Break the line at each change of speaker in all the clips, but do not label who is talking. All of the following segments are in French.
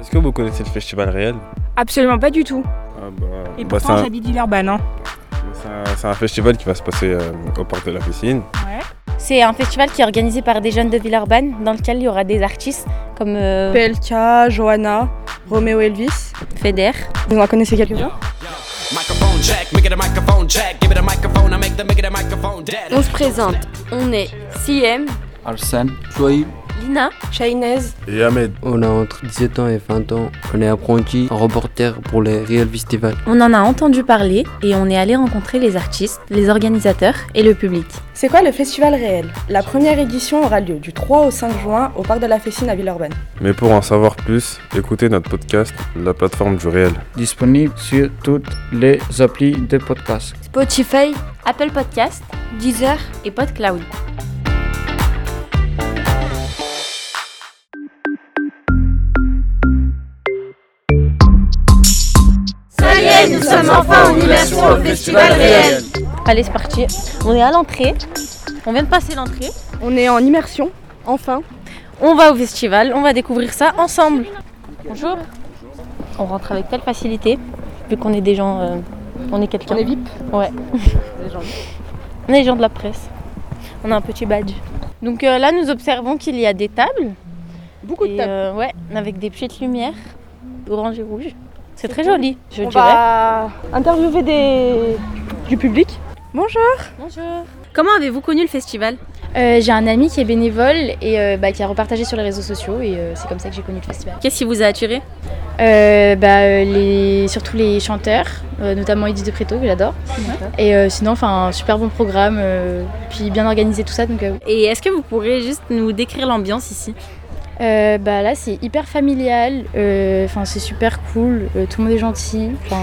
Est-ce que vous connaissez le festival réel
Absolument pas du tout.
Ah bah,
Et
bah,
pourtant, j'habite Villeurbanne. Hein.
c'est un, c'est un- c'est un festival qui va se passer euh, au parc de la piscine.
Ouais.
C'est un festival qui est organisé par des jeunes de Villeurbanne, dans lequel il y aura des artistes comme euh,
PLK, Johanna, Roméo Elvis.
Feder.
Vous en connaissez quelques-uns
Microphone check, make it a microphone check. Give it a microphone, I make the make it a microphone dead.
On se présente, on est CM,
Arsène, Chloé,
Lina,
Shainez.
Et Ahmed,
On a entre 17 ans et 20 ans. On est apprenti, un reporter pour les Real Festival.
On en a entendu parler et on est allé rencontrer les artistes, les organisateurs et le public.
C'est quoi le festival réel La première édition aura lieu du 3 au 5 juin au parc de la Fessine à Villeurbanne.
Mais pour en savoir plus, écoutez notre podcast, la plateforme du réel.
disponible sur toutes les applis de podcast.
Spotify,
Apple Podcast
Deezer.
et PodCloud.
Ça y est, nous sommes enfin en immersion au festival réel.
Allez, c'est parti. On est à l'entrée. On vient de passer l'entrée.
On est en immersion, enfin.
On va au festival, on va découvrir ça ensemble. Bonjour. On rentre avec telle facilité, vu qu'on est des gens. euh, on est quelqu'un. On est VIP Ouais. on est des gens de la presse. On a un petit badge. Donc euh, là, nous observons qu'il y a des tables.
Beaucoup
Et,
de tables.
euh, ouais, avec des petites lumières, orange et rouge. C'est très joli, je
On
dirais.
va interviewer des... du public. Bonjour.
Bonjour. Comment avez-vous connu le festival
Euh, j'ai un ami qui est bénévole et euh, bah, qui a repartagé sur les réseaux sociaux et euh, c'est comme ça que j'ai connu le festival.
Qu'est-ce qui vous a attiré
Euh, bah, euh, les, surtout les chanteurs, euh, notamment Edith de Preto que j'adore. Et euh, sinon, enfin, un super bon programme, euh, puis bien organisé tout ça. Donc euh,
Et est-ce que vous pourrez juste nous décrire l'ambiance ici
euh, bah, là, c'est hyper familial, euh, enfin c'est super cool, euh, tout le monde est gentil, enfin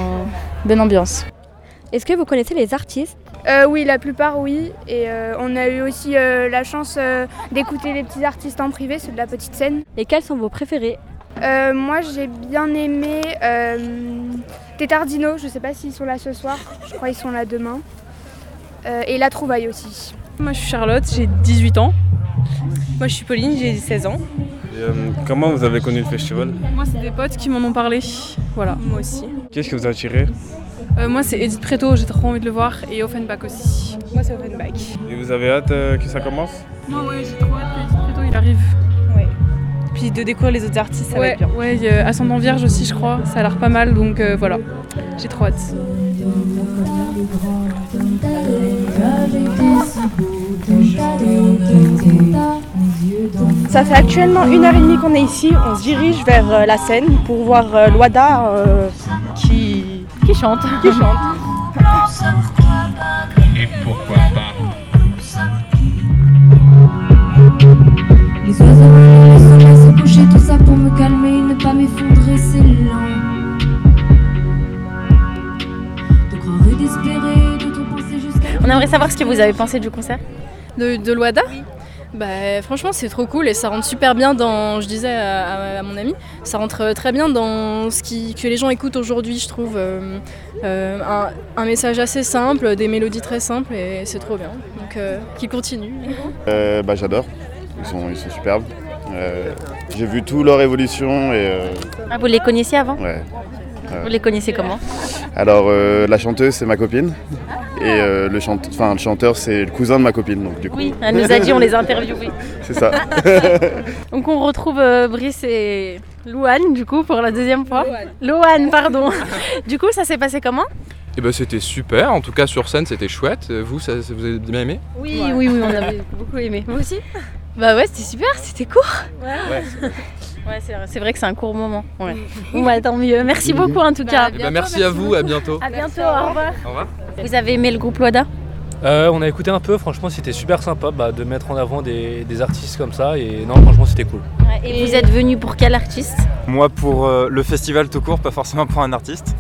bonne ambiance.
Est-ce que vous connaissez les artistes
Euh, oui, la plupart oui. Et euh, on a eu aussi euh, la chance euh, d'écouter les petits artistes en privé, ceux de la petite scène.
Et quels sont vos préférés
Euh, moi, j'ai bien aimé euh, Tétardino. Je sais pas s'ils sont là ce soir. Je crois qu'ils sont là demain. Euh, et La Trouvaille aussi.
Moi je suis Charlotte, j'ai 18 ans. Moi je suis Pauline, j'ai 16 ans.
Et, euh, comment vous avez connu le festival
Moi c'est des potes qui m'en ont parlé. Voilà. Moi aussi.
Qu'est-ce qui vous a attiré
moi c'est Edith Preto, j'ai trop envie de le voir et Offenbach aussi. Moi c'est Offenbach.
Et vous avez hâte euh, que ça commence
Moi ouais, j'ai trop hâte qu'Edith Preto il arrive.
Puis de découvrir les autres artistes, ça va
ouais,
être bien.
ouais, il y a Ascendant Vierge aussi je crois, ça a l'air pas mal donc euh, voilà. J'ai trop hâte. Ça fait actuellement une heure et demie qu'on est ici. On se dirige vers euh, la scène pour voir euh, Loada euh, qui...
Qui chante
qui chante.
Les oiseaux volent, le soleil se coucher, tout ça pour me calmer, ne pas m'effondrer, c'est lent. De croire et d'espérer, de tout penser jusqu'à.
On aimerait savoir ce que vous avez pensé du concert.
De, Loada bah, Franchement, c'est trop cool et ça rentre super bien dans, je disais à, à- à mon ami, ça rentre euh, très bien dans ce qui, que les gens écoutent aujourd'hui, je trouve. Euh, euh, un, un message assez simple, des mélodies très simples et c'est trop bien. Donc, euh, qui continue.
bah, j'adore, ils sont, ils sont superbes. Euh, j'ai vu toute leur évolution et. euh,
Ah, vous les connaissiez avant
ouais.
Vous les connaissez comment
Alors, euh, la chanteuse, c'est ma copine. Et euh, le, chante- enfin, le chanteur, c'est le cousin de ma copine, donc du coup.
Oui, elle nous a dit, on les a interviewés.
C'est ça.
Donc on retrouve euh, Brice et Louane, du coup, pour la deuxième fois. Louane, pardon. du coup, ça s'est passé comment
Et ben c'était super, en tout cas sur scène c'était chouette. Vous, ça, vous avez bien aimé
oui, oui, oui, on a beaucoup aimé. Vous aussi
Bah ouais, c'était super, c'était court.
Ouais, c'est vrai, c'est vrai que c'est un court moment. Ouais. bon, bah, tant mieux. Merci beaucoup en tout cas.
Eh ben, merci à vous, à bientôt.
Bah, À bientôt, au revoir.
Au revoir.
Vous avez aimé le groupe Loada
Euh, on a écouté un peu, franchement c'était super sympa bah, de mettre en avant des, des artistes comme ça et non franchement c'était cool.
Et vous êtes venu pour quel artiste
Moi pour euh, le festival tout court, pas forcément pour un artiste.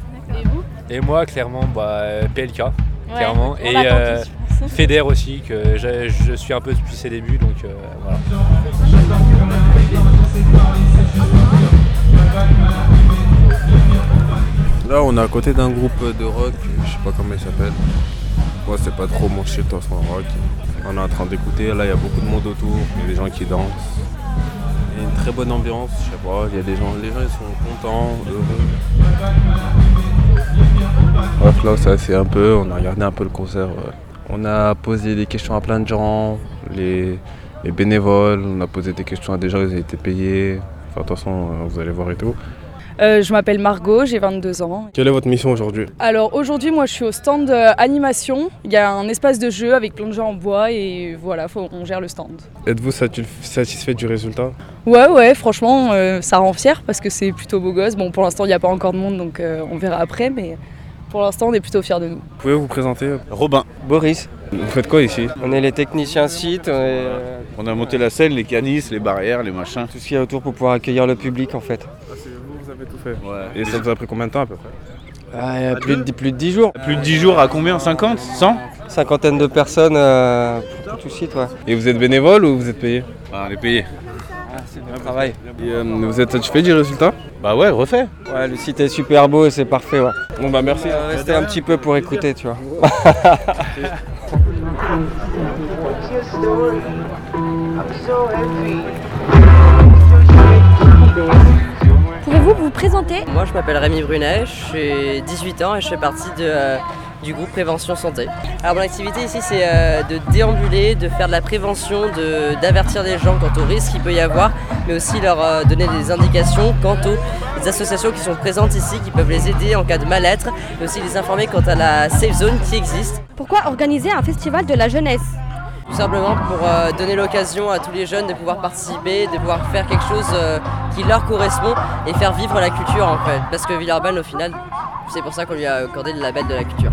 Et moi clairement bah, euh, PLK, clairement.
on
et
l'attend
euh,
tous,
Feder aussi, que j'ai- je suis un peu depuis ses débuts donc euh, voilà.
Là, on est à côté d'un groupe de rock, je sais pas comment il s'appelle. Moi, c'est pas trop mon shit en ce moment, rock. On est en train d'écouter, là, il y a beaucoup de monde autour, il y a des gens qui dansent. Il y a une très très bonne ambiance, je sais pas, il y a des gens, les gens ils sont contents, heureux. Bref, là, ça c'est un peu, on a regardé un peu le concert. ouais. On a posé des questions à plein de gens, les, les bénévoles, on a posé des questions à des gens, ils ont été payés. Enfin, attention, euh, vous allez voir et tout.
Euh, je m'appelle Margot, j'ai 22 ans.
Quelle est votre mission aujourd'hui
Alors aujourd'hui, moi je suis au stand euh, animation. Il y a un espace de jeu avec plein de jeux en bois et voilà, faut, on gère le stand.
Êtes-vous satu- satisfait du résultat
Ouais, ouais, franchement, euh, ça rend fier parce que c'est plutôt beau gosse. Bon, pour l'instant, il n'y a pas encore de monde donc euh, on verra après, mais pour l'instant, on est plutôt fiers de nous.
Pouvez vous présenter
Robin. Boris.
Vous faites quoi ici
On est les techniciens site. On, a monté la scène, les canisses, les barrières, les machins. Tout ce qu'il y a autour pour pouvoir accueillir le public en fait.
Vous, vous avez tout fait. Et ça vous a pris combien de temps à peu près
plus, de, plus de 10 jours. Plus de 10 jours à combien 50 100 Cinquantaine de personnes euh, pour, pour tout site, ouais.
Et vous êtes bénévole ou vous êtes payé
Bah,
euh,
on est payé. travail.
vous êtes satisfait du résultat
Bah ouais, refait. Ouais, le site est super beau et c'est parfait, ouais. Bon bah merci.
Euh,
restez un petit peu pour écouter, tu vois.
Pouvez-vous vous présenter
Moi, je m'appelle Rémi Brunet, j'ai 18 ans et je fais partie de, euh, du groupe Prévention Santé. Alors, mon activité ici, c'est euh, de déambuler, de faire de la prévention, de- d'avertir les gens quant aux risques qu'il peut y avoir, mais aussi leur euh, donner des indications quant aux associations qui sont présentes ici, qui peuvent les aider en cas de mal-être, mais aussi les informer quant à la safe zone qui existe.
Pourquoi organiser un festival de la jeunesse
Tout simplement pour euh, donner l'occasion à tous les jeunes de pouvoir participer, de pouvoir faire quelque chose euh, qui leur correspond et faire vivre la culture en fait. Parce que Villeurbanne au final, c'est pour ça qu'on lui a accordé le label de la culture.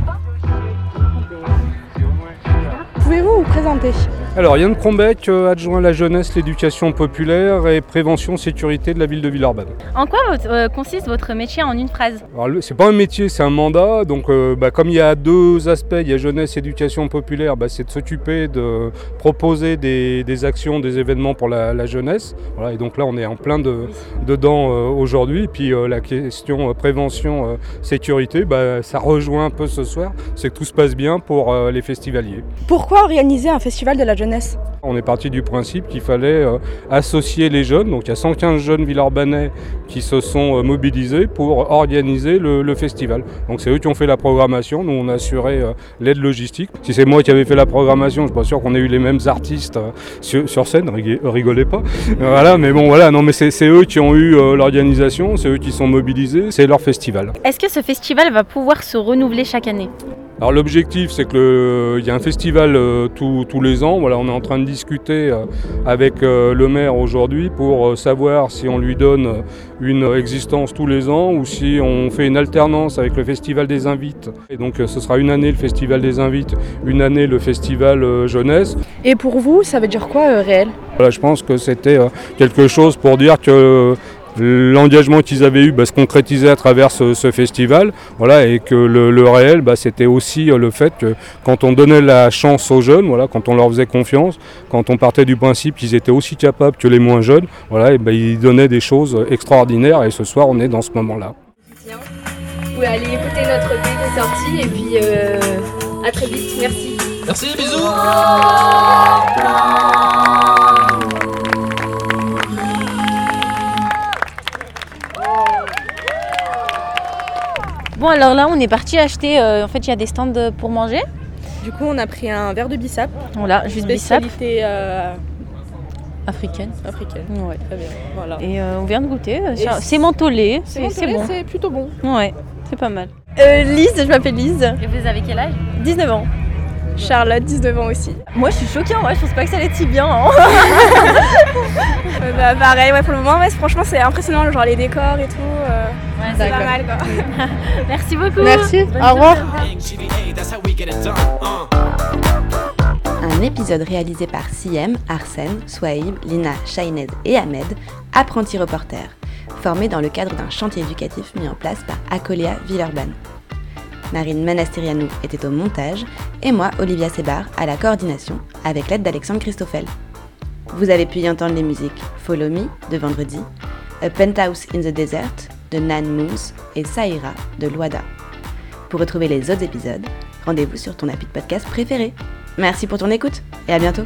Pouvez-vous vous présenter
Alors, Yann Crombec, euh, adjoint à la jeunesse, l'éducation populaire et prévention sécurité de la ville de Villeurbanne.
En quoi votre- euh, consiste votre métier en une phrase
Alors, le- c'est pas un métier, c'est un mandat. Donc, euh, bah, comme il y a deux aspects, il y a jeunesse, éducation populaire, bah, c'est de s'occuper de proposer des, des actions, des événements pour la, la jeunesse. Voilà, et donc là, on est en plein de- dedans euh, aujourd'hui. Et Puis euh, la question euh, prévention, euh, sécurité, bah, ça rejoint un peu ce soir. C'est que tout se passe bien pour euh, les festivaliers.
Pourquoi organiser un festival de la jeunesse
On est parti du principe qu'il fallait euh, associer les jeunes. Donc il y a 115 jeunes Villeurbanais qui se sont euh, mobilisés pour organiser le, le festival. Donc c'est eux qui ont fait la programmation. Nous, on a assuré euh, l'aide logistique. Si c'est moi qui avais fait la programmation, je suis pas sûr qu'on ait eu les mêmes artistes euh, sur, sur scène. Rigue- Rigolez pas. voilà, mais bon, voilà. Non, mais c'est c'est eux qui ont eu euh, l'organisation. C'est eux qui sont mobilisés. C'est leur festival.
Est-ce que ce festival va pouvoir se renouveler chaque année
Alors l'objectif, c'est que le- il y a un festival euh, tous- tous les ans. Voilà, on est en train de discuter euh, avec euh, le maire aujourd'hui pour euh, savoir si on lui donne une existence tous les ans ou si on fait une alternance avec le festival des invites. Et donc euh, ce sera une année le festival des invites, une année le festival euh, jeunesse.
Et pour vous, ça veut dire quoi, euh, réel
Voilà, je pense que c'était euh, quelque chose pour dire que euh, l'engagement qu'ils avaient eu bah, se concrétisait à travers ce, ce festival. Voilà, et que le, le réel, bah, c'était aussi euh, le fait que quand on donnait la chance aux jeunes, voilà, quand on leur faisait confiance, quand on partait du principe qu'ils étaient aussi capables que les moins jeunes, voilà, et ben ils donnaient des choses extraordinaires. Et ce soir, on est dans ce moment-là.
Vous pouvez aller écouter notre vidéo sortie et puis euh, à très vite. Merci. Merci, bisous.
Bon, alors là, on est parti acheter. euh, en fait, il y a des stands euh, pour manger.
Du coup, on a pris un verre de bissap.
Voilà, jus de bissap.
Spécialité, euh,
Africaine.
africaine.
Ouais.
Très bien, voilà.
Et euh, on vient de goûter. euh,
Et
ça-
c'est-
C'est mentholé.
C'est
C'est c'est
mentholé,
bon. Euh,
c'est plutôt bon.
Ouais, c'est pas mal.
Lise, je m'appelle Lise.
Et vous avez quel âge
19 ans. Charlotte, 19 ans aussi. Moi, je suis choquée, ouais, je pense pas que ça allait si bien. hein. Ouais, bah, pareil, ouais, pour le moment, ouais, c'est- franchement, c'est impressionnant, genre les décors et tout. euh, c'est pas
d'accord.
mal, quoi.
Merci beaucoup.
Merci,
Bonne
au revoir.
journée.
Un épisode réalisé par Siem, Arsène, Swahib, Lina, Shained et Ahmed, apprentis reporters, formés dans le cadre d'un chantier éducatif mis en place par Akolia Villeurbanne. Marine Manastirianou était au montage et moi, Olivia Sebar, à la coordination avec l'aide d'Alexandre Christoffel. Vous avez pu y entendre les musiques Follow Me de Vendredi, A Penthouse in the Desert de Nan Moons et Saïra de Loada. Pour retrouver les autres épisodes, rendez-vous sur ton appui de podcast préféré. Merci pour ton écoute et à bientôt.